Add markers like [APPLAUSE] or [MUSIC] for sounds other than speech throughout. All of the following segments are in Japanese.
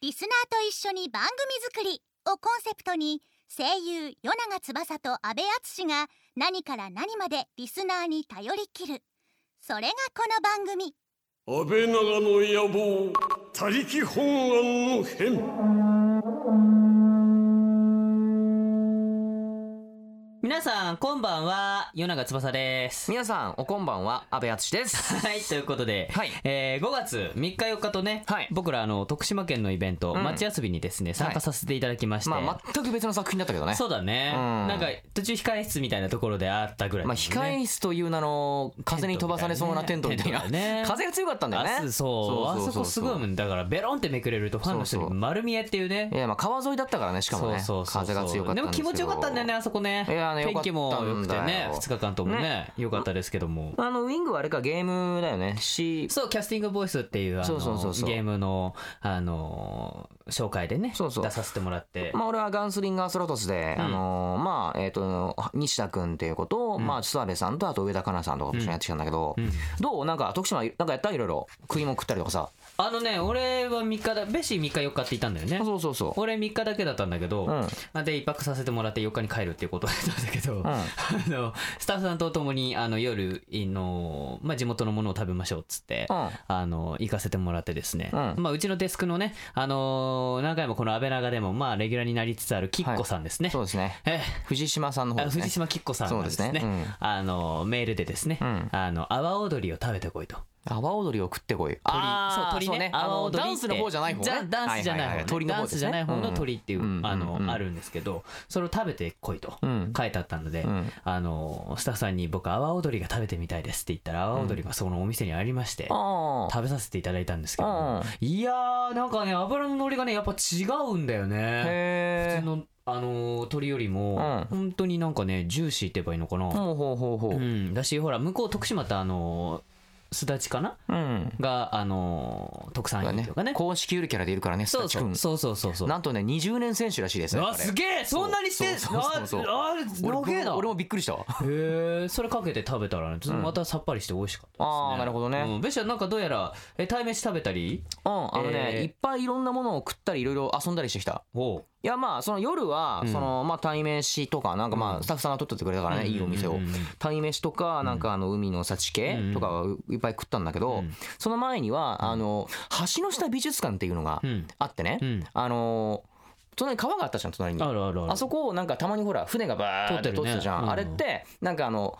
リスナーと一緒に番組作り」をコンセプトに声優与永翼と阿部淳が何から何までリスナーに頼りきるそれがこの番組安倍長の野望他力本願の変皆さんこんばんは夜永翼です皆さんおこんばんは阿部敦ですはいということで、はいえー5月3日4日とね、はい僕らあの徳島県のイベント、うん町遊びにですね参加させていただきまして、まあ全く別の作品だったけどねそうだね、うんなんか途中控え室みたいなところであったぐらいまあですね、控え室という名の風に飛ばされそうなテントみたいなテントみたいなね風が強かったんだよあねそうそうあそこすごいもんだからベロンってめくれるとファンの人そうにそう丸見えっていうねいやまあ川沿いだったからねしかもねそうそうそうそう風が強かったんでも気持ちよかったんだよねあそこねいやね天気も良くてねよかったんだよ2日間ともね良かったですけどもあのウィングはあれかゲームだよねしそうキャスティングボイスっていうあのそうそうそうそうゲームのあの紹介でねそうそう出させてもらってまあ俺はガンスリンガースロトスで、うんあのーまあえっ、と西田君っていうことを、んまあ諏訪部さんとあと上田香菜さんとかと一緒にやってきたんだけど、うんどうなんか徳島なんかやったいろいろ食いもん食ったりとかさ、あのね俺は3日だべし3日4日っていたんだよねそうそうそう俺3日だけだったんだけど、うんあで1泊させてもらって4日に帰るっていうことだったんだけど、[LAUGHS] んあのスタッフさんと共にあの夜あの、まあ、地元のものを食べましょうっつって、うんあの行かせてもらってですね、うんまあ、うちのデスクのね、あの何回もこの「安倍長」でも、まあ、レギュラーになりつつあるきっこさんですね。 [LAUGHS] そうですねえ藤島さんの方あですね藤島きっこさんがですねそうですねあのメールでですね、うんあの阿波踊りを食べてこいと阿波踊りを食ってこいああー鳥そう鳥ねあの阿波踊りってダンスの方じゃない方ねじゃダンスじゃないはは方はね鳥のダ方ンですスねじゃない方の鳥っていううんうんあうんうんのあるんですけどそれを食べてこいとうん書いてあったのでんあのスタッフさんに僕阿波踊りが食べてみたいですって言ったら阿波踊りがそのお店にありましてあー食べさせていただいたんですけうんどうんいやーなんかね油の乗りがねやっぱ違うんだよね普へ通のあの鳥よりもう本当になんかねジューシーって言えばいいのかえなほうほうほうほううんだしほら向こう徳島ってあのすだちかなうんが、あのー特産品というかね。公式ゆるキャラでいるからねそうスタそッうチそうそうそうそ君う。なんとね20年選手らしいですねあ彼すげえそんなにしてそうそうそうそうあ俺あも長えな俺もびっくりしたわへえそれかけて食べたらねちょっとまたさっぱりして美味しかったですね、あーなるほどねうん、ベシャなんかどうやらえ鯛めし食べたりうん、あのね、えーいっぱいいろんなものを食ったりいろいろ遊んだりしてきたおういやまあその夜はうんそのまあ対面しとかなんかまうんあスタッフさんが撮っててくれたからねいいお店うをんうんうん対面しとかなんかあの海の幸系とかはいっぱい食ったんだけどその前にはあの橋の下美術館っていうのがうんあってねうんあの隣に川があったじゃん隣にあるあるあるあそこをなんかたまにほら船がバーって通っ通っててるねたじゃうんんあれってなんかあの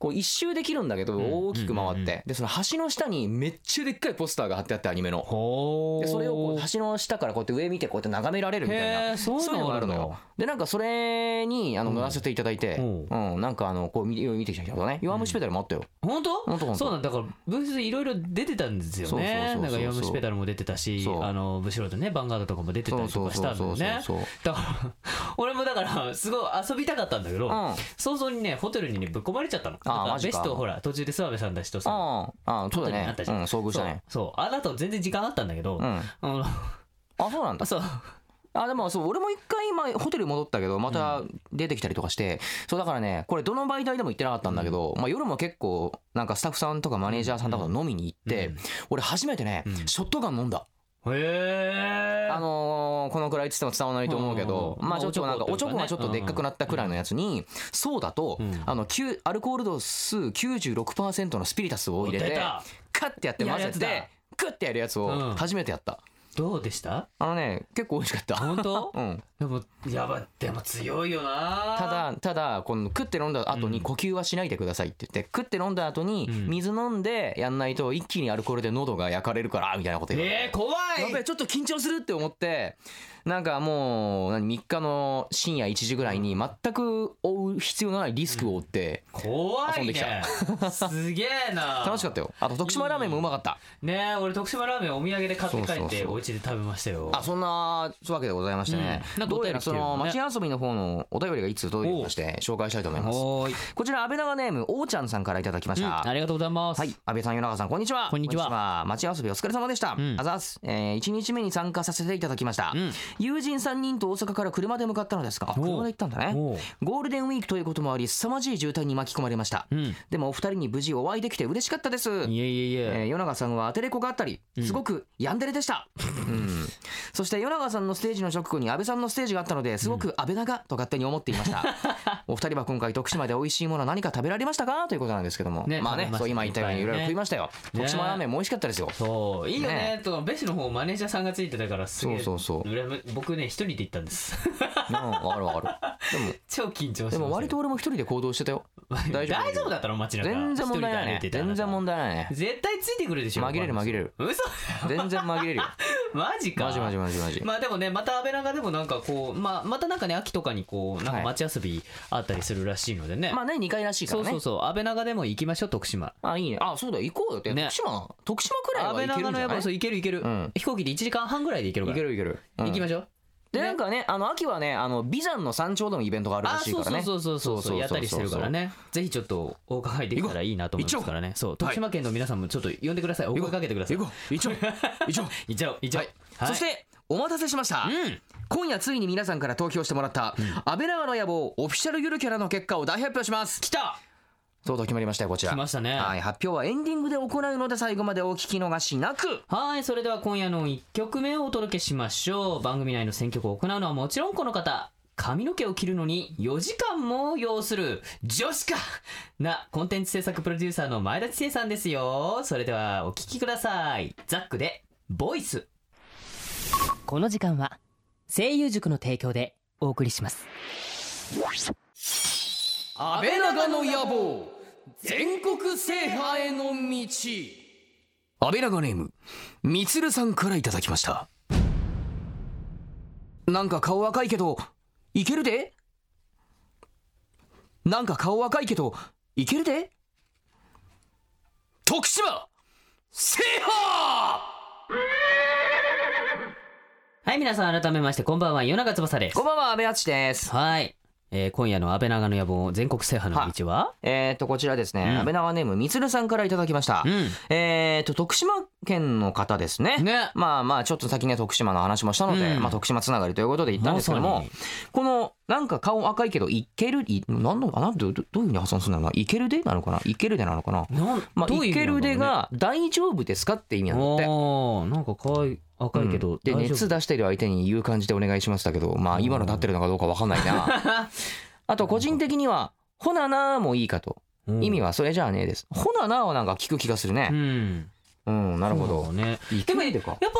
こう一周できるんだけど大きく回うっんうんうんてでその橋の下にめっちゃでっかいポスターが貼ってあってアニメのほうでそれをこう橋の下からこうやって上見てこうやって眺められるみたいへーなそういうのがあるのでなんかそれにあの乗らせていただいて、ううんなんかあのこう見て見てきたけどね弱虫ペダルもあったよ、本当本当本当そうなんだからブースでいろいろ出てたんですよねそうそうそうそうなんか「弱虫ペダル」も出てたしそうあのブシローでね「バンガード」とかも出てたりとかしたんだよねそうそうそだうそうから俺もだからすごい遊びたかったんだけど、うん早々にねホテルにねぶっ込まれちゃったのあーなんかマジベかストほら途中で諏訪部さんたちとさああああそホうだテルにあねったじうゃんん遭遇したねそうそうあなた全然時間あったんだけど、うんああのそうなんだそうあでもそう俺も一回今ホテル戻ったけどまた出てきたりとかして、そうだからねこれどの媒体でも行ってなかったんだけど、まあ、夜も結構なんかスタッフさんとかマネージャーさんとかと飲みに行って、うん俺初めてね、うんショットガン飲んだへえあのーこのくらいって言っても伝わらないと思うけうんうんど、うんまあちょっとなんまかあおおちちょょこといこうかねがちょっとでっかくなったくらいのやつに、そうだとうん、あの、9アルコール度数96%のスピリタスを入れ出て、たカッてやって混ぜやるやて、クッてやるやつうんを初めてやった。どうでしたあのね、結構美味しかった。本 [LAUGHS] 当うん。でもやばでも強いよなただ、ただ、この食って飲んだ後うにん呼吸はしないでくださいって言って、食って飲んだ後にうん水飲んでやんないと一気にアルコールで喉が焼かれるから、みたいなこと言われてえー、怖いやべえちょっと緊張するって思ってなんかもう何3日の深夜1時ぐらいに全く追う必要のないリスクを負って怖い遊んできねすげえな楽しかったよあと徳島ラーメンもうまかったねえ俺徳島ラーメンお土産で買って帰そっうそうてそうお家で食べましたよあそんなわけでございましてねうんなんかどおう便やりら来てそるよのね町遊びの方のお便りがいつ届いてきまして紹介したいと思いますおーいこちら安倍長ネームおーちゃんさんからいただきましうんたありがとうございますはい、安倍さん、与永さん、こんにちは。こんにちは町遊びお疲れ様でした。んあざっす。えー一日目に参加させていただきました。ん友人三人と大阪から車で向かったのですが、あおう車で行ったんだねおう。ゴールデンウィークということもあり、凄まじい渋滞に巻き込まれました。うんでもお二人に無事お会いできて嬉しかったです。いえいえいええー、与永さんはアテレコがあったりすごくヤンデレでした、うんそして与永さんのステージの直後に安倍さんのステージがあったのですごく安倍長と勝手に思っていました、 [LAUGHS] お二人は今回徳島で美味しいものは何か食べられましたかということなんですけども、ねまあ食ねべましたそう今言ったようにいろいろ食いましたよ、ね徳島ラーメンも美味しかったですよそういいよねねとベスの方マネージャーさんがついてたからすげえそうそうそう羨む僕ね一人で行ったんです [LAUGHS] うんわかるわかるでも超緊張してまでも割すとよ俺も一人で行動してたよ大丈夫大丈夫だったの街中全然問題ない一人で歩いてねたあな全た然問題ないね絶対ついてくるでしょ紛れる紛れる嘘 [LAUGHS] 全然紛れるよマジかマジマジマジマジまあでもねまた安倍長でもなんかこう、まあ、またなんかね秋とかにこうなんか街遊びあったりするらしいのでね、まあね2回らしいかそらうねそうそう安倍長でも行きましょう徳島あいいねあそうだ行こうよって、ね徳島徳島くらい安は倍行ける長んのじやゃっないぱそう行ける行ける、うん飛行機で1時間半ぐらいで行けるか行らける行ける、うん行きましょうでねなんかねあの秋はねあの美山の山頂でもイベントがあるらあしいそかうらそねうそうそうそうそうそうそうそうやったりしてるからねぜひちょっとお伺いできたらいいなと思いますからねそう徳島県の皆さんもちょっと呼んでくださいお声かけてください行こう一応一応 [LAUGHS] 行っちゃおう行っちゃおうはいそしてお待たせしました、うん今夜ついに皆さんから投票してもらった、安倍長の野望オフィシャルゆるキャラの結果を大発表します来たとうとう決まりましたよこちら来ましたねはい発表はエンディングで行うので最後までお聞き逃しなくはいそれでは今夜の1曲目をお届けしましょう番組内の選曲を行うのはもちろんこの方髪の毛を切るのに4時間も要する女子かなコンテンツ制作プロデューサーの前田知世さんですよそれではお聴きくださいザックでボイスこの時間は声優塾の提供でお送りします安倍長の野望全国制覇への道安倍長ネームみつるさんからいただきましたなんか顔赤いけどいけるでなんか顔赤いけどいけるで徳島制覇はい皆さん改めましてこんばんは夜中翼ですこんばんは安倍敦ですはい、えー、今夜の安倍長の野望全国制覇の道はえー、とこちらですね、うん安倍長ネームみつるさんからいただきました、んえー、と徳島県の方ですねねまあまあちょっと先ね徳島の話もしたので、うんまあ、徳島つながりということで言ったんですけどまもさにこのなんか顔赤いけどいけるいなんのかなどどどういうふうに破産するんだろうないけるでなのかないけるでなのかななんまあ、どういうい意味けなんるだろうねでが大丈夫ですかって意味なんだって。おーなんか可愛い赤いけど、うんで大丈夫熱出してる相手に言う感じでお願いしますだけどまあ今の立ってるのかどうかわかんな [LAUGHS] いなあと個人的には「ほなな」もいいかとうん意味はそれじゃあねえです。ほななはなんか聞く気がするうね。んうん、なるほそどう。ねいけるでか。やっぱ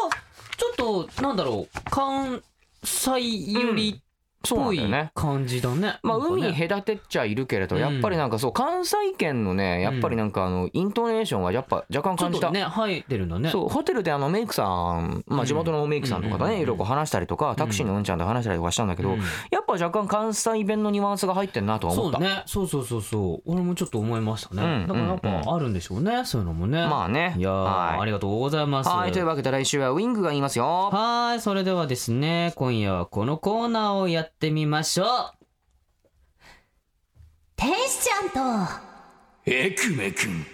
ちょっとなんだろう関西よりっそうなぽんだよいね。感じだね,、まあなんかね海に隔てっちゃいるけれど、うんやっぱりなんかそう関西圏のね、やっぱりなんかあのイントネーションはやっぱ若干ちょ感っじとた。ね生えてるんだねそうホテルであのメイクさん、まうんあ、地元のメイクさんとかとうんうんうんねいろいろこう話したりとかタクシーのうんちゃんと話したりとかしたんだけど、うんやっぱ若干関西弁のニュアンスが入ってんなとはそ思っうた、ねそうそうそうそう俺もちょっと思いましたね、うんだからなんうんうかあるんでしょうねそういうのもねまあねいやー、あはりがとうございまいすはいというわけで来週はウィングが言いますよはーい、それではですね、今夜はこのコーナーをやってみましょう。天使ちゃんとエクメ君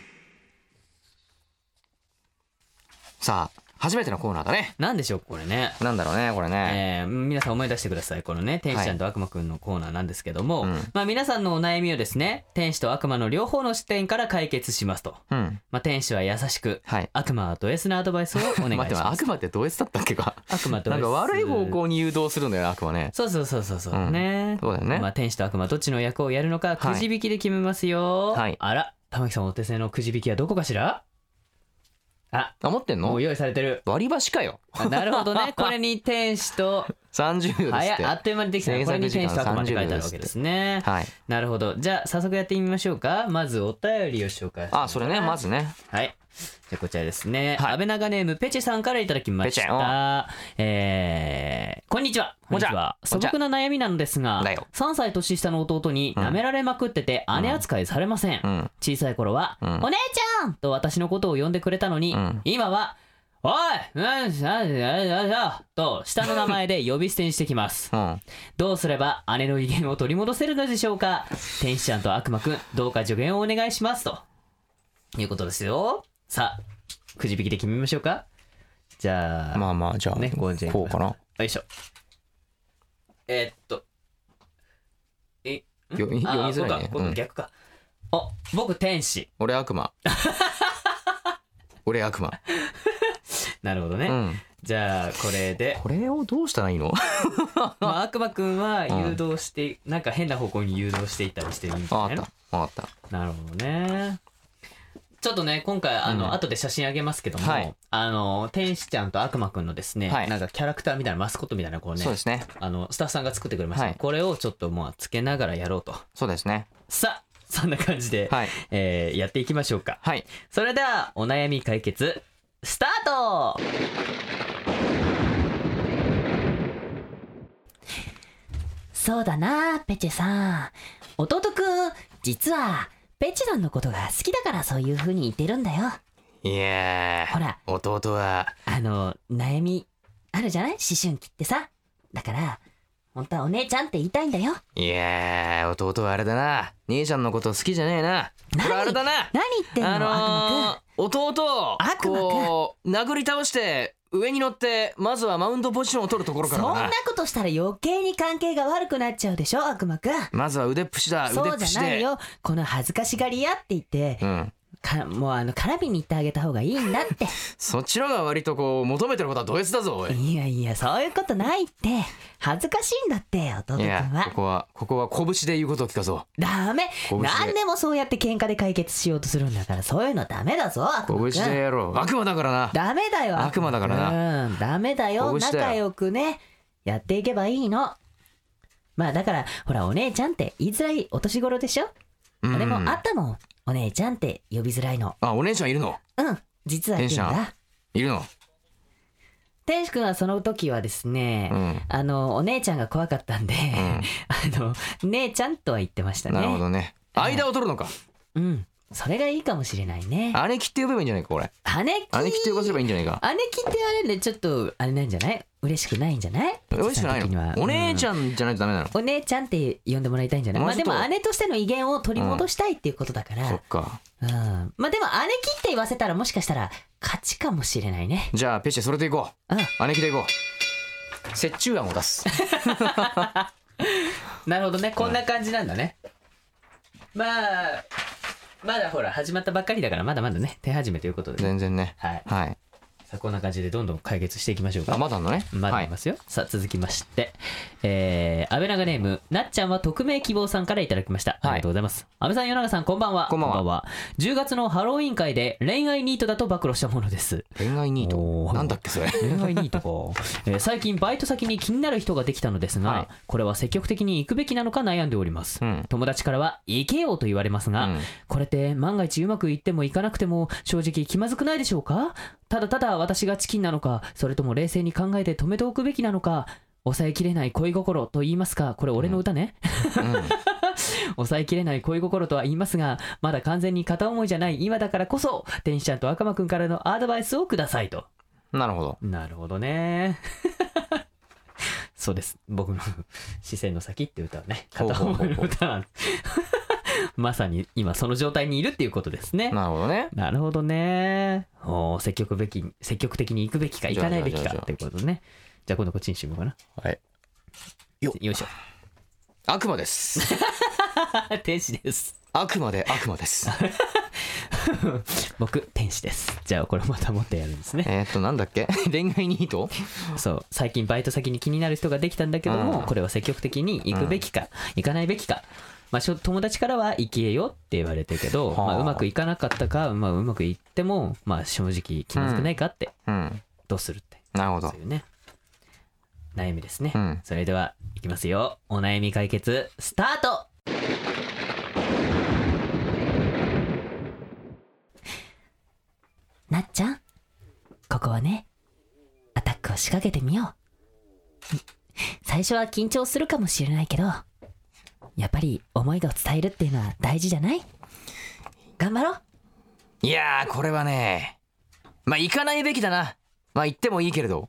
さあ初めてのコーナーだねなんでしょう、これね。なんだろうねこれね、えー皆さん思い出してくださいこのね天使ちゃんと悪魔くんのコーナーなんですけども、うんまあ、皆さんのお悩みをですね天使と悪魔の両方の視点から解決しますと、うんまあ、天使は優しくはい悪魔はド S なアドバイスをお願いし [LAUGHS] 待ってます悪魔って同一だったっけか悪魔となんか悪い方向に誘導するんだよね悪魔ねそうそうそうそうそう、うんねそうだよねまあ、天使と悪魔どっちの役をやるのかはいくじ引きで決めますよ、はいあら玉木さんお手製のくじ引きはどこかしらああ持ってんものう用意されてる割り箸かよ [LAUGHS] あなるほどねこれに天使と30秒で早すっいてあっという間にできたね制これ作に時天間使と悪魔って書いてある30秒わけですねはいなるほどじゃあ早速やってみましょうかまずお便りを紹介しあそれねまずねはいじゃあこちらですね、はい安倍長ネームペチェさんからいただきましペチェたえー、こんにちはこんにちはこ素んにちは朴な悩みなんですがだよ3歳年下の弟にうん舐められまくってて姉扱いされません、うん小さい頃は、うんお姉ちゃんと私のことを呼んでくれたのに、うん今は、おいうんしゃしゃしゃしゃと下の名前で呼び捨てにしてき [LAUGHS] ますうんどうすれば姉の威厳を取り戻せるのでしょうか天使ちゃんと悪魔くんどうか助言をお願いしますということですよさあくじ引きで決めましょうかじゃあ、まあまあじゃあねゴンちゃんこうかなよいしょえーっとえん読みあ読みづらいねこうかこううかん逆か、あ僕天使俺悪魔俺悪魔なるほどね、うんじゃあこれ [LAUGHS] で、これをどうしたらいい [LAUGHS] のまあ、悪魔くんは誘導して、なんか変な方向に誘導していったりしてるみわたいかったなわかっなるほどねちょっとね今回あの、うん後で写真あげますけども、はいあの天使ちゃんと悪魔くんのですね、はいなんかキャラクターみたいなマスコットみたいなこうたねそうですねあのスタッフさんが作ってくれました、はいこれをちょっとまあつけながらやろうとそうですねさあそんな感じで、はいえーやっていきましょうかはいそれではお悩み解決スタートそうだなペチェさん弟くん実はペチさんのことが好きだからそういう風に言ってるんだよいやほら弟はあの悩みあるじゃない思春期ってさだから本当はお姉ちゃんって言いたいんだよいやー弟はあれだな兄ちゃんのこと好きじゃねえな何これあれだな何言ってんの、あのー、弟を悪魔くんこう殴り倒して上に乗ってまずはマウンドポジションを取るところ悪魔くんそんからだななことしたら余計に関係が悪くなっちゃうでしょ悪魔くんまずは腕っぷしだ腕そうっぷじしゃないでよこの恥ずかしがり屋って言ってうんかもうあの絡みに行ってあげた方がいいんだってそっちの方が割とこう求めてることはド S だぞおいいやいやそういうことないって恥ずかしいんだって弟いくんやこはこはここは拳で言うことを聞かそダメ拳で何でもそうやって喧嘩で解決しようとするんだからそういうのダメだぞ悪う魔くん拳でやろう悪魔だからなダメだよ悪魔だからなうんダメだよ拳だよ仲良くねやっていけばいいのまあだからほらお姉ちゃんって言いづらいお年頃でしょ、うん俺もあったもんお姉ちゃんって呼びづらいのあお姉ちゃんいるのうん実はいるんテンショだいるの天使くんはその時はですね、うんあのお姉ちゃんが怖かったんで、 [LAUGHS] あの姉ちゃんとは言ってましたねなるほどね間を取るのかうんそれがいいかもしれないね姉貴って呼べばいいんじゃないかこれ姉貴姉貴って呼ばせればいいんじゃないか姉貴ってあれでちょっとあれなんじゃない嬉しくないんじゃない嬉しくないのお姉ちゃん的にはゃんじゃないとダメなのうんお姉ちゃんって呼んでもらいたいんじゃないもまうあちょでっとも姉としての威厳を取り戻したいっていうことだから、うそんっかまあでも姉貴って言わせたらもしかしたら勝ちかもしれないねじゃあペチェそれでいこうんう姉貴でいこう折衷案を出 [LAUGHS] すなるほどねこんな感じなんだね、まあまだほら始まったばっかりだからまだまだね手始めということで、ね、全然ねはいはいさあこんな感じでどんどん解決していきましょうかあまだあんのねまだはありいますよ、さあ続きましてえー、安倍長ネームなっちゃんは匿名希望さんからいただきました、はいありがとうございます安倍さん与永さんこんばんはこんばんは10月のハロウィン会で恋愛ニートだと暴露したものです恋愛ニーおトーなんだっけそれ恋愛ニートか、 [LAUGHS] えー最近バイト先に気になる人ができたのですが、はいこれは積極的に行くべきなのか悩んでおります、うん友達からは行けよと言われますが、うんこれって万が一うまくいってもいかなくても正直気まずくないでしょうかただただ私がチキンなのかそれとも冷静に考えて止めておくべきなのか抑えきれない恋心と言いますかこれ俺の歌ね、 [LAUGHS] 抑えきれない恋心とは言いますがまだ完全に片思いじゃない今だからこそ天使ちゃんと赤間くんからのアドバイスをくださいとなるほどなるほどね。 [LAUGHS] そうです。僕の [LAUGHS] 視線の先って歌はね、ほう片ほう思ほうほういの歌なんです [LAUGHS] まさに今その状態にいるっていうことですね。なるほどねなるほどね。おー積極べき、積極的に行くべきか行かないべきじかゃあじゃあっていうことね。じゃあ今度こっちにしてみようかな。はいよよ [LAUGHS] いしょ。悪魔です [LAUGHS] 天使です。悪魔で悪魔です僕、天使です。じゃあこれまた持ってやるんですね。えーっとなんだっ [LAUGHS] け恋愛ニートそう最近バイト先に気になる人ができたんだけども、うんこれは積極的に行くべきか、行かないべきか、まあ、しょ友達からは行けよって言われてるけど、はあまあ、うまくいかなかったか、まあ、うまくいっても、まあ、正直気まずくないかって、うんどうするってなるほどそういうね悩みですね、うんそれではいきますよお悩み解決スタートなっちゃんここはねアタックを仕掛けてみよう最初は緊張するかもしれないけどやっぱり思いが伝えるっていうのは大事じゃない頑張ろういやーこれはねまあ行かないべきだなまあ行ってもいいけれど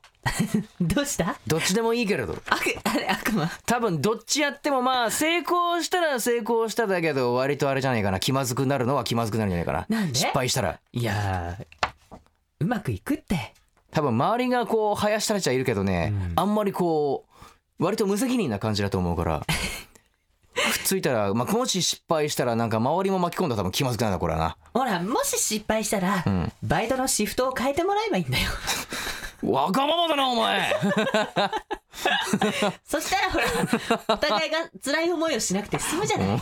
どうしたどっちでもいいけれど悪あれ悪魔多分どっちやってもまあ成功したら成功しただけど割とあれじゃないかな気まずくなるのは気まずくなるんじゃないかななんで失敗したらいやーうまくいくって多分周りがこう生やしたれちゃいるけどね、あんまりこう割と無責任な感じだと思うから [LAUGHS] くっついたら、まあ、もし失敗したらなんか周りも巻き込んだら多分気まずくなるなこれはなほらもし失敗したら、んバイトのシフトを変えてもらえばいいんだよ [LAUGHS] わがままだなお前そしたらほら [LAUGHS] お互いが辛い思いをしなくて済むじゃない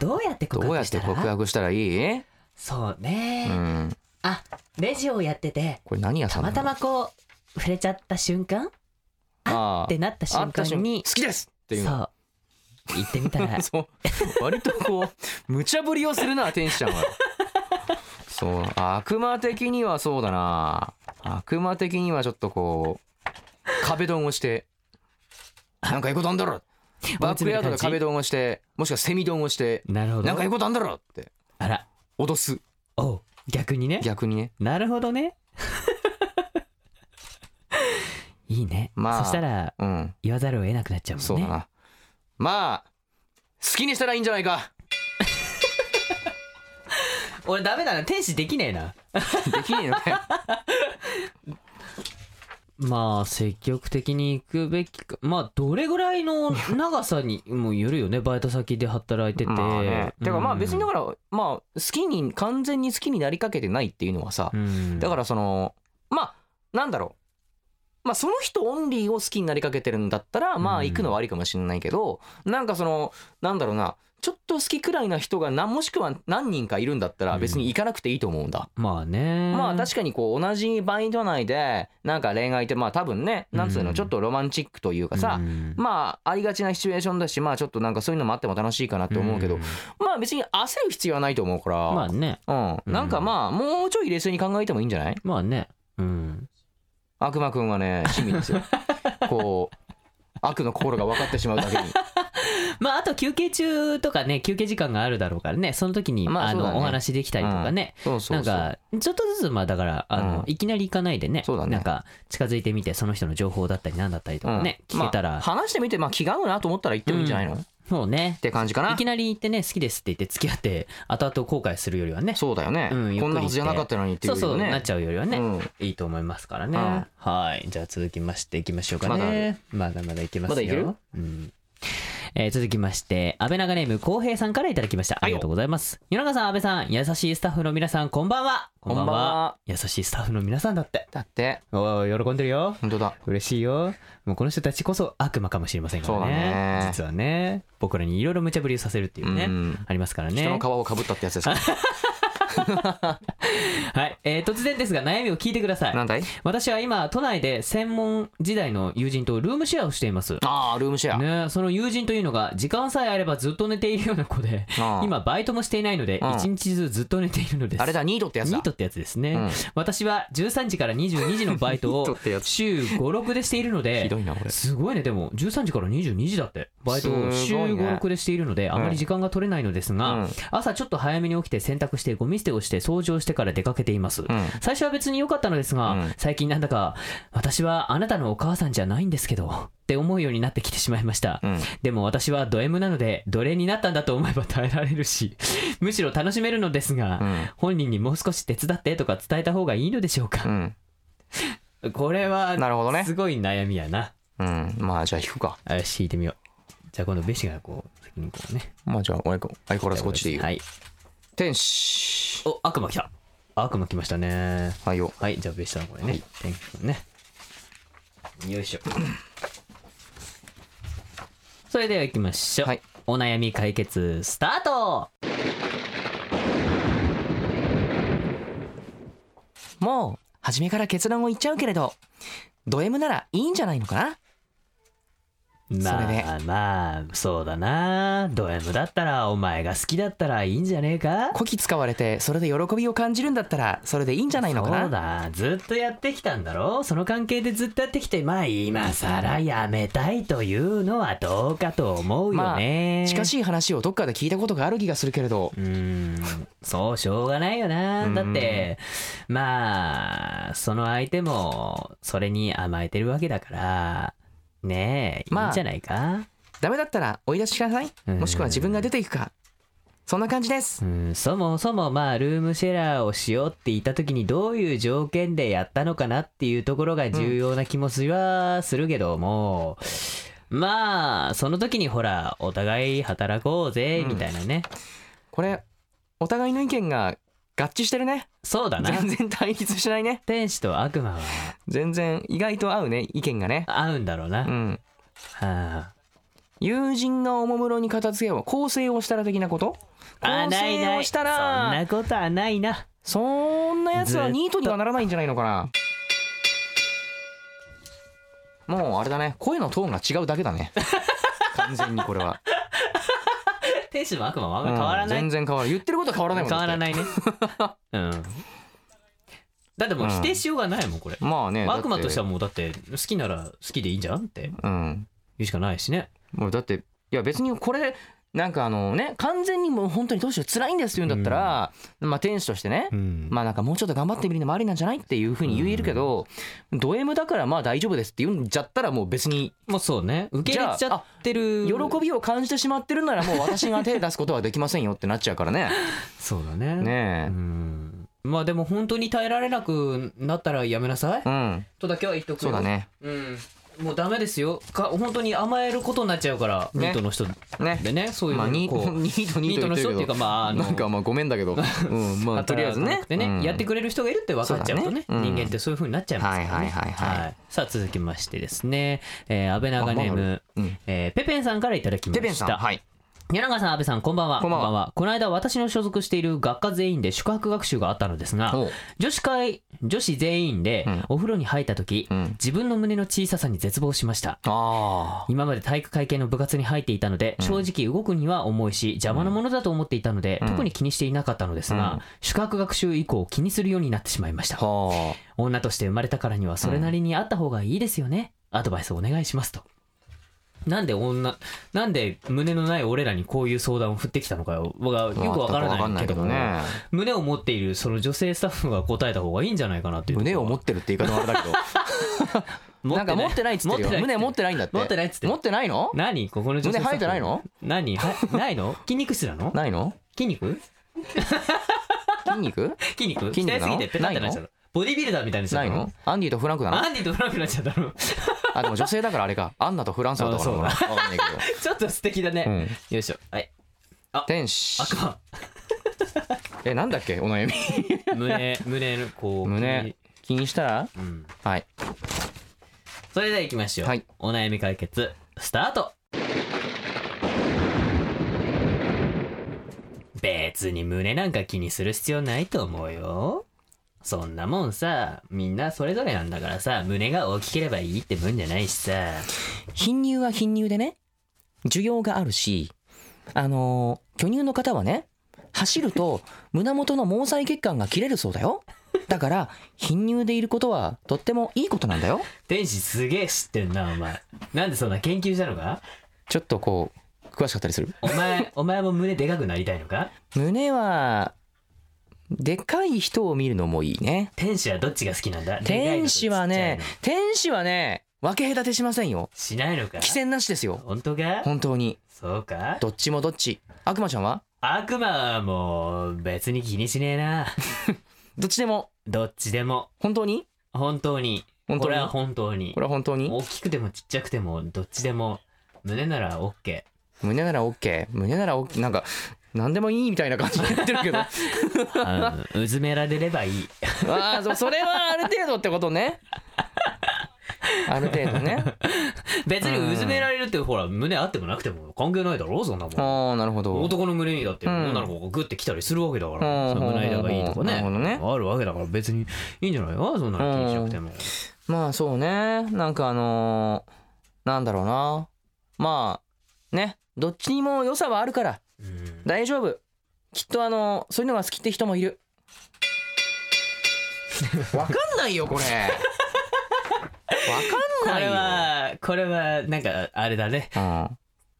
どうやって告どう白やっしてたら告白したらいい、そううね、ん、あレジをやっててこれ何屋たさんなまのたまこう触れちゃった瞬間っあてなったああ瞬った間瞬に好きですっていうそのう言ってみた [LAUGHS] らそう割とこう無茶ぶりをするな天使ちゃんはそう悪魔的にはそうだな悪魔的にはちょっとこう壁ドンをしてなんかいいことあんだろバックヤードで壁ドンをしてもしくはセミドンをしてなるほどなんかいいことあんだろってあら脅すおう逆にね逆にねなるほど [LAUGHS] ねいいね、まあそしたらうん言わざるを得なくなっちゃうもんねそうだなまあ好きにしたらいいんじゃないか俺ダメだな天使できねえなできねえの [LAUGHS] かよまあ積極的に行くべきかまあどれぐらい [LAUGHS] の長さにもよるよねバイト先で働いてて、まあねてかまあ別にだかからまあ好きに完全に好きになりかけてないっていうのはさ、ら、うんだからそのまあなんだろうまあその人オンリーを好きになりかけてるんだったらうまあん行くのはありかもしれないけど、なんかそのなんだろうなちょっと好きくらいな人がなもしくは何人かいるんだったうらん別に行かなくていいと思うんだ。まあねまあ確かにこう同じバイト内でなんか恋愛ってまあ多分ねなんつううのんちょっとロマンチックというかさうんまあありがちなシチュエーションだしまあちょっとなんかそういうのもあっても楽しいかなって思うけどんまあ別に焦る必要はないと思うかまあらねうんなんかまあもうちょい冷静に考えてもいいんじゃないまあねうん悪魔くん [LAUGHS] はね親身ですよこう悪の心が分かってしまうだけにまああと休憩中とかね休憩時間があるだろうからねその時に、まああそうだのねお話できたりとかね、そうそうそうなんかちょっとずつまあだからあの、うんいきなり行かないでねそうだねなんか近づいてみてその人の情報だったりなんだったりとうかんね、聞けたら、まあ話してみて、まあ、気が合うなと思ったら言ってもいいんじゃないの、うっそうねて感じかいなきなり行ってね好きですって言って付き合って後々後悔するよりはねそうだよね、うんゆっくりしてこんなはずじゃなかったのにっていうそようりそうなっねちゃうよりはね、うんいいと思いますからね、うんはいじゃあ続きましていきましょうかまだあねるまだまだいきますよまだいけるうんえー続きまして安倍長ネーム浩平さんからいただきましたあいりよがとうございます夜中さん安倍さん優しいスタッフの皆さんこんばんはこんばんは優しいスタッフの皆さんだってだっておー喜んでるよ本当だ嬉しいよもうこの人たちこそ悪魔かもしれませんからねそうだね実はね僕らにいろいろ無茶ぶりをさせるっていうね、うんありますからね人の皮をかぶったってやつですかはい、えー突然ですが悩みを聞いてくださいなんだい私は今都内で専門時代の友人とルームシェアをしていますああルームシェア、ねえ、その友人というのが時間さえあればずっと寝ているような子 [LAUGHS] でああ今バイトもしていないのでうん一日中ずっと寝ているのですあれだニートってやつニだートってやつですね、うん私は13時から22時のバイト [LAUGHS] ニートをってやつ週56でしているのでひどいなこれすごいねでも13時から22時だってバイトをす週ごいね56でしているのであまり時間が取れないのですうがん朝ちょっと早めに起きて洗濯してゴミ捨てをして掃除をしてから出かけていますうん最初は別に良かったのですが、うん最近なんだか私はあなたのお母さんじゃないんですけどって思うようになってきてしまいました、うんでも私はド M なので奴隷になったんだと思えば耐えられるし [LAUGHS] むしろ楽しめるのですが、うん本人にもう少し手伝ってとか伝えた方がいいのでしょううか、んこれはなるほどねすごい悩みやなうんまあじゃあ引くかあよし引いてみようじゃあ今度ベシがこう先にこうねまあじゃあ相変わらずこっちでいいよ、はい天使お悪魔来た悪魔来ましたねはいよはいじゃあベシさんこれね、天気君ねよいしょそれでは行きましょう、はいお悩み解決スタートもう初めから結論を言っちゃうけれどド M ならいいんじゃないのかなまあまあそうだなド M だったらお前が好きだったらいいんじゃねえかこき使われてそれで喜びを感じるんだったらそれでいいんじゃないのかなそうだずっとやってきたんだろその関係でずっとやってきてまあ今さらやめたいというのはどうかと思うよね、まあ近しい話をどっかで聞いたことがある気がするけれどうーんそうしょうがないよなだってまあその相手もそれに甘えてるわけだからねえいいまあんじゃないか、ダメだったら追い出してくださいうんもしくは自分が出ていくかそんな感じですうん、そもそもまあルームシェラーをしようって言った時にどういう条件でやったのかなっていうところが重要な気もするはするけども、まあその時にほらお互い働こうぜうんみたいなね、これお互いの意見が合致してるねそうだな全然対立しないね天使と悪魔は全然意外と合うね意見がね合うんだろうな、うんは友人がおもむろに片付けを構成をしたら的なことああ構ない成なをいしたそんらなことはないなそんなやつはニートにはならないんじゃないのかなもうあれだね声のトーンが違うだけ [LAUGHS] だね完全にこれは、天使も悪魔もあんまうん変わらない、全然変わらない言ってることは変わらないもん変わらいないねうんだってもう否定しようがないもんこれ、まあね悪魔としてははもうだって好きなら好きでいいんじゃんってうん言うしかないしねもうだっていや別にこれなんかあのね完全にもう本当にどうしよう辛いんですよだったら、まあ天使としてね、うんまあなんかもうちょっと頑張ってみるのもありなんじゃないっていうふうに言えるけど、ド M だからまあ大丈夫ですって言うんじゃったらもう別にもうそうね受け入れちゃってる喜びを感じてしまってるならもう私が手出すことはできませんよってなっちゃうからね。そうだねうねんまあでも本当に耐えられなくなったらやめなさいえ。うん。とだけは言っとくよそうだね。うんもうダメですよか本当に甘えることになっちゃうから、ねニートの人でね。ねそういうまあのニーこトうニートニニーートトの言人ってるっけていうどかまああのなんかまあごめんだ [LAUGHS] けど。うんまあとりあえずね働。かなくてうんやってくれる人がいるって分かっちゃうとねそうだねうん人間ってそういう風になっちゃいますからねはいはいはいはいさあ続きましてですね、えー、安倍長ネーあまだあムる、うんえーペペンさんからいただきまてべんしさたん。はい。柳川さん安倍さんこんばんはこんばんはこの間私の所属している学科全員で宿泊学習があったのですがおう女子会女子全員でうんお風呂に入った時、うん自分の胸の小ささに絶望しましたあ今まで体育会系の部活に入っていたので、正直動くには重いし邪魔なものだと思っていたので、うん特に気にしていなかったのですが、うん宿泊学習以降気にするようになってしまいましたあ。はあ。女として生まれたからにはそれなりにあった方がいいですよね、アドバイスお願いしますとなんで女なんで胸のない俺らにこういう相談を振ってきたのかよ僕はよくわからないけどね。胸を持っているその女性スタッフが答えた方がいいんじゃないかなっていう胸を [LAUGHS] 持持ってるって言い方もあれだけど。なんか持ってないっつってるよ。胸持ってないんだって。持ってないっつって持ってないの？何ここの女性胸生えてないの？何はない [LAUGHS] の筋肉質なのないの？筋肉筋 [LAUGHS] 肉？筋肉筋肉な鍛えすぎのてペタってなっちゃうのボディビルダーみたいにするな [LAUGHS] いの？アンディとフランクだな。アンディとフランクになっちゃったの [LAUGHS] あでも女性だからあれか。アンナとフランスだったからな。わあかんないけど。ちょっと素敵だね、うんよいしょはい天使。赤 [LAUGHS] えなんだっけお悩み。胸胸のこう胸気にしたら？うんはい。それでは行きましょう、はいお悩み解決スタート別に胸なんか気にする必要ないと思うよそんなもんさみんなそれぞれなんだからさ胸が大きければいいってもんじゃないしさ貧乳は貧乳でね需要があるしあのー巨乳の方はね走ると胸元の毛細血管が切れるそうだよだから貧乳でいることはとってもいいことなんだよ天使すげえ知ってんなお前なんでそんな研究したのかちょっとこう詳しかったりするお [LAUGHS] 前お前も胸でかくなりたいのか胸はでかい人を見るのもいいね天使はどっちが好きなんだ天使はでかいねのとちっ天使はね分け隔てしませんよちゃいのしないのか規制なしですよ本当か本当にそうかどっちもどっち悪魔ちゃんは悪魔はもう別に気にしねえなどっちでもどっちでも本当に本当に本当こにれは本当にこれは本当に大きくてもちっちゃくてもどっちでも胸なら OK 胸なら OK 胸なら OK なんか何でもいいみたいな感じで言って [LAUGHS] るけどああのうずめられればいいあそそれはある程度ってことねある程度ね別にうずめられるってほら胸あってもなくても関係ないだろそんなもんああなるほど男の胸にだってうん女の子がグッて来たりするわけだかうら、んその胸板がいいとかなねるほどねあるわけだから別にいいんじゃないかそんなの気にしなくてもまあそうねなんかあのーなんだろうなまあねどっちにも良さはあるからうん大丈夫きっとあのーそういうのが好きって人も [LAUGHS] いるわかんないよこれわこかんないれよはこれはなんかあれだね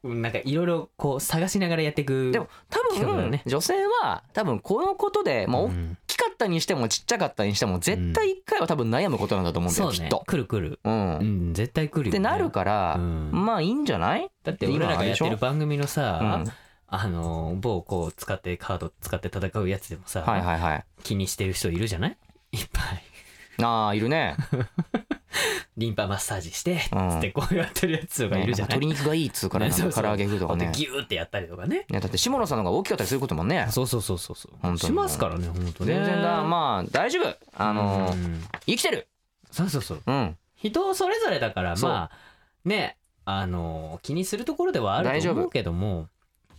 うんなんかいろいろこう探しながらやっていくでも多企画だ分、ね女性は多分このことで、まあ、う大んきかったにしてもちっちゃかったにしても絶対一回は多分悩むことなんだと思うんだそよ、うきっねと。来る来るう、うんん絶対来るよ、っね、てなるから、うんまあいいんじゃないだって俺らがやって今あれるでし番組のょさ、うんあの某こう使ってカード使って戦うやつでもさ、はいはいはい。気にしてる人いるじゃないいっぱいああいるね。リンパマッサージして、うんつってこうやってるやつがねいるじゃない、鶏肉がいいっつうから、ねな [LAUGHS] んそうかそう唐揚げ風とかこねうやって。ギューってやったりとかね。ねだって下野さんの方が大きかったりすることもね。そうそうそうそうそう。本当しにますからね、本当ね。全然だ、まあ大丈夫。あのう、ん生きてる。そうそうそう。うん。人それぞれだから、そうまあ、ね、あのー気にするところではあると思うけども、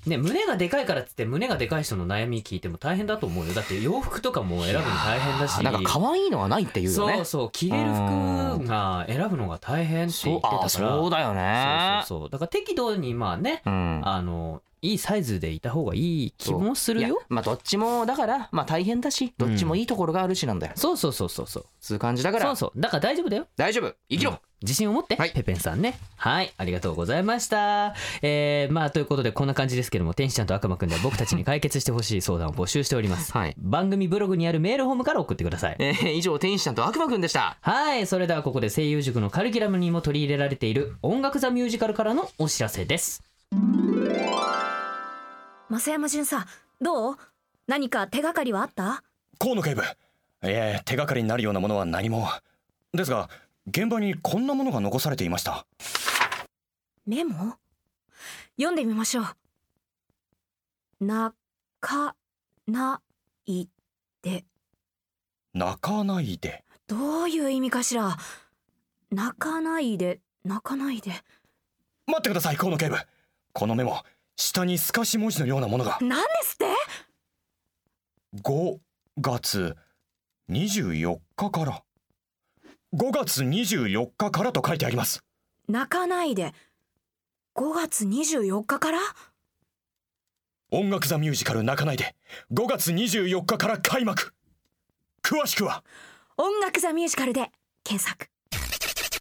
ね、胸がでかいからっつって胸がでかい人の悩み聞いても大変だと思うよ。だって洋服とかも選ぶの大変だし。なんか可愛いのはないって言うよそねう。そう着れる服が選ぶのが大変って言ってたからあそうだよね。そうそうそうだから適度にまあね、うん。あのいいサイズでいた方がいい気もするいやよまあどっちもだからまあ大変だしどっちもいいところがあるしなんだよ、そうそうそうそうそうそういう感じだからそうそうだから大丈夫だよ大丈夫生きろ、うん自信を持って、はいペペンさんねはいありがとうございましたえー、まあということでこんな感じですけども天使ちゃんと悪魔くんでは僕たちに解決してほしい相談を募集しております、はい番組ブログにあるメールホームから送ってください [LAUGHS] えー以上天使ちゃんと悪魔くんでしたはいそれではここで声優塾のカリキュラムにも取り入れられている音楽座ミュージカルからのお知らせです増山巡査どう何か手がかりはあった河野警部いえ手がかりになるようなものは何もですが現場にこんなものが残されていましたメモ読んでみましょうなかないで泣かないでどういう意味かしら泣かないで泣かないで待ってください河野警部このメモ下に透かし文字のようなものが何ですって5月24日から5月24日からと書いてあります泣かないで5月24日から音楽座ミュージカル泣かないで5月24日から開幕詳しくは音楽座ミュージカルで検索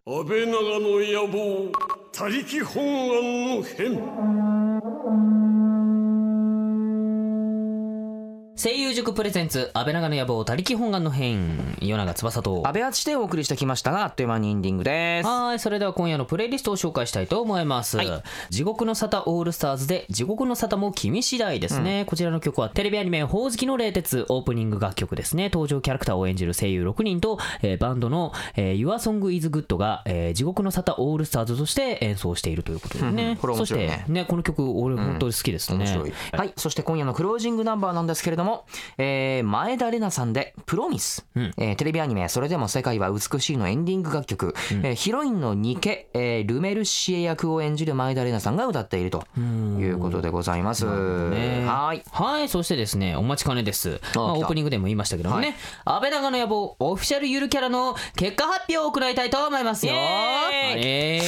安倍長の野望他力本願の変声優塾プレゼンツ安倍長の野望他力本願の編与永翼と安倍厚地点をお送りしてきましたがあっという間にエンディングですはいそれでは今夜のプレイリストを紹介したいと思います、地獄の沙汰オールスターズで地獄の沙汰も君次第ですね、こちらの曲はテレビアニメ「ほおずきの冷徹」オープニング楽曲ですね登場キャラクターを演じる声優6人と、えーバンドの「えー YourSongIsGood」が、えー地獄の沙汰オールスターズとして演奏しているということでうんうんねこれ面そし白いねてねこの曲俺本当に好きですね、面白い、はいそして今夜のクロージングナンバーなんですけれども、えー前田玲奈さんで「プロミス、うんえーテレビアニメ「それでも世界は美しい」のエンディング楽曲、えーヒロインのニケ、えールメルシエ役を演じる前田玲奈さんが歌っているということでございます、ねはいはい、そしてですね、お待ちかねです。まあ、来オたープニングでも言いましたけどもね、安倍長の野望、オフィシャルゆるキャラの結果発表を行いたいと思いますよ。イエーイエー [LAUGHS] イ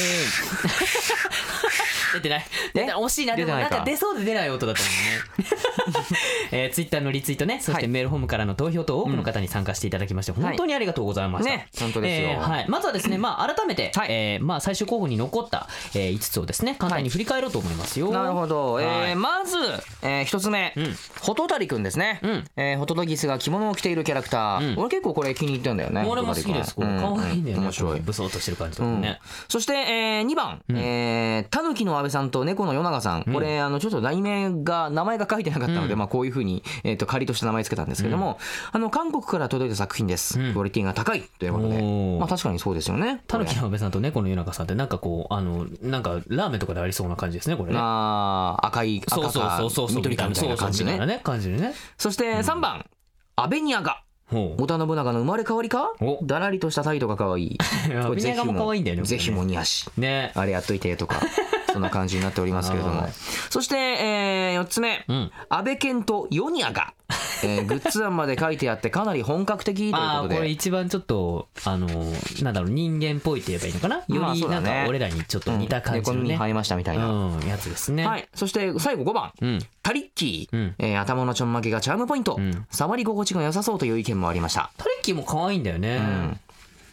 出てない。出てない惜しいな。でも出てないなんかか出そうで出ない音だったもん [LAUGHS] ね。えー、ツイッターのリツイートね、そしはていメールホームからの投票と多くの方に参加していただきまして、本当にありがとうございました。ね本当ですよえーはい。まずはですね、まあ改めて、はいえーまあ最終候補に残った、えー、5つをですね、簡単に振り返ろうと思いますよ。なるほど、えーはいまず、えー一つ目、んホトタリくんですね、んえーホトトギスが着物を着ているキャラクター、うん俺結構これ気に入ったんだよね俺も好きです。ホこトれタリくん可愛いんだようんね。面白い武装としてる感じとかね。そして、え2番、んえー、たぬきの安倍さんと猫の与永さん、これあのちょっと題名が名前が書いてなかったので、うんまあ、こういうふうに、えー、と仮として名前つけたんですけども、あの韓国から届いた作品です、うんクオリティが高いということおでー、まあ、確かにそうですよねたぬきこの安倍さんと猫の夜中さんってなんかこうあのなんかラーメンとかでありそうな感じですねこれれね。あー赤い赤そうそうかそうそうそう緑かみたいな感じそうそうみたいねなね感じでね。そして3番、アベニアがほう。織田信長の生まれ変わりかおだらりとした態度が可愛 [LAUGHS] いアベニアがもう可愛いんだよねぜひもこれねにやしね。あれやっといて [LAUGHS] とかそんな感じになっておりますけれどはもいそして、え4つ目、うん。安倍健とヨニアが、え [LAUGHS] ーグッズ案まで書いてあってかなり本格的というこああとーこれで。一番ちょっとあのなんだろう人間っぽいって言えばいいのかな。よまありそうなだんねか俺らにちょっと似た感じうんの猫耳ね。生えましたみたいな。うんやつですね。はい。そして最後5番。うん。タリッキー、うんえー頭のちょんまげがチャームポイント、ん触り心地が良さそうという意見もありました。タリッキーも可愛いんだよね。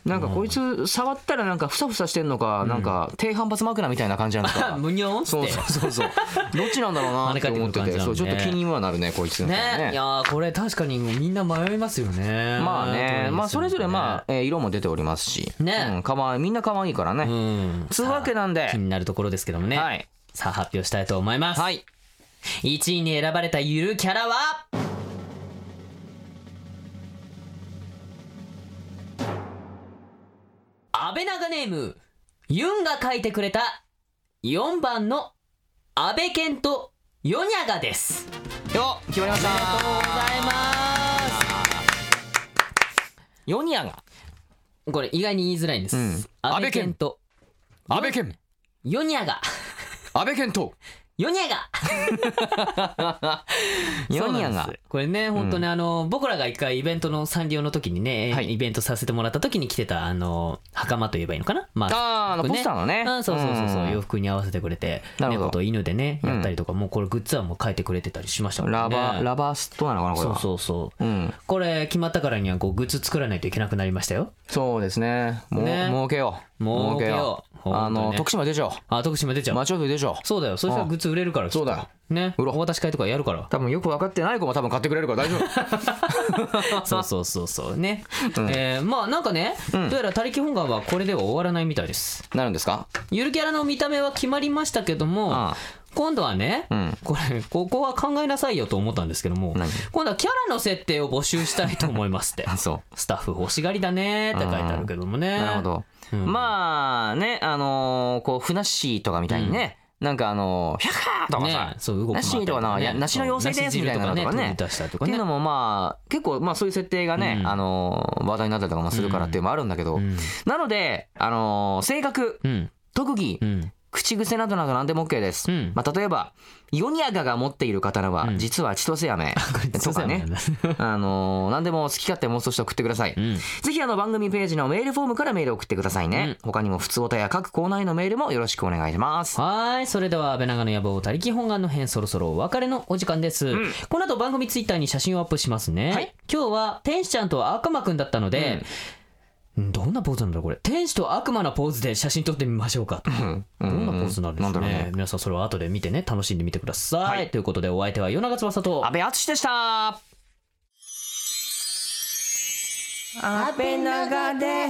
なんかこいつ触ったらなんかふさふさしてんのか、なんか低反発枕みたいな感じなのか。むにょんって。そうそうそうそう。どっちなんだろうなって思って跳ね返ってくる感じなのて、ねそうちょっと気にはなるねこいつ、ねいやーこれ確かにみんな迷いますよねまあね、まあそれぞれまあ、えー色も出ておりますし、ねうん、かわいいみんな可愛いからね。うんつうわけなんで気になるところですけどもね、はいさあ発表したいと思います、はい。 1位に選ばれたゆるキャラは安倍長ネームユンが書いてくれた4番の安倍健とヨニャガですよっ決まりましたありがとうございまヨニアがすこれ意外に言いづらいんです、うん安安倍倍健健と安倍健ヨニャガ [LAUGHS] 安倍健とヨニャガ [LAUGHS] ヨニアそうなんがですこれね本当ね、あの僕らが一回イベントのサンリオの時にね、はいイベントさせてもらった時に着てたあの袴といえばいいのかなまああーあのこれポスターのねあそうそうそうそう、ん洋服に合わせてくれてなるほど猫と犬でねうんやったりとか、もうこれグッズはもう変えてくれてたりしましたもんねラバーラバーストなのかなこれそうはそうそうう、ん、これ決まったからにはこうグッズ作らないといけなくなりましたよそうですねもうね儲けよう儲けよう儲けあ本当のね徳島出ちゃおあ徳島出ちゃうう町踊り出ちゃおうそうだよそしたらグッズ売れるからきっとそうだね売ろうお渡し会とかやるから多分よく分かってない子も多分買ってくれるから大丈 [LAUGHS] 夫そうそうそうそうね、えーまあなんかね、どうやら他力本願はこれでは終わらないみたいですなるんですかゆるキャラの見た目は決まりましたけどもああ今度はね、うんこれここは考えなさいよと思ったんですけども何今度はキャラの設定を募集したいと思いますって [LAUGHS] そスタッフ欲しがりだねって書いてあるけどもねうなるほど、うんまあねあのーこうふなっしーとかみたいにね、なんかあのー「ひゃっはー!」とかさね、そう動くなしとかな、いや梨の妖精ですみたいなのとかね。出したりとかっていねうのもまあ結構まあそういう設定がね、うんあのー話題になったりとかもするからっていうのもあるんだけど、うんなのであのー性格うん特技、 [LAUGHS] うん口癖などなど何でも OK です、うんまあ、例えばヨニアガが持っている刀は、うん実は千 [LAUGHS] 歳飴とかね [LAUGHS] あのー何でも好き勝手妄想して送ってください、うんぜひあの番組ページのメールフォームからメールを送ってくださいね、他にも普通おたや各コーナーへのメールもよろしくお願いしますはーいそれでは安倍長の野望他力本願の編そろそろお別れのお時間です、この後番組ツイッターに写真をアップしますね、はい今日は天使ちゃんと悪魔くんだったので、うんどんなポーズなんだろうこれ天使と悪魔のポーズで写真撮ってみましょうかうんどんなポーズなんでしょなんだうろうねね皆さんそれは後で見てね楽しんでみてください、ということでお相手は与永翼と安倍敦でした安倍長で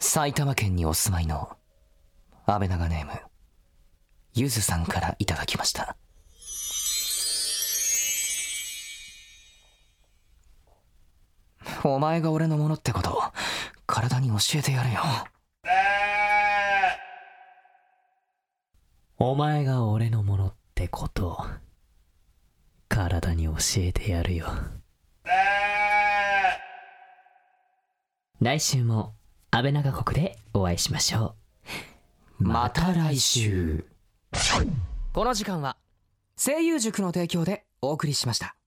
埼玉県にお住まいの安倍長ネームゆずさんからいただきましたお前が俺のものってこと体に教えてやるよお前が俺のものってことを体に教えてやるよ来週も安倍長国でお会いしましょうまた来週この時間は声優塾の提供でお送りしました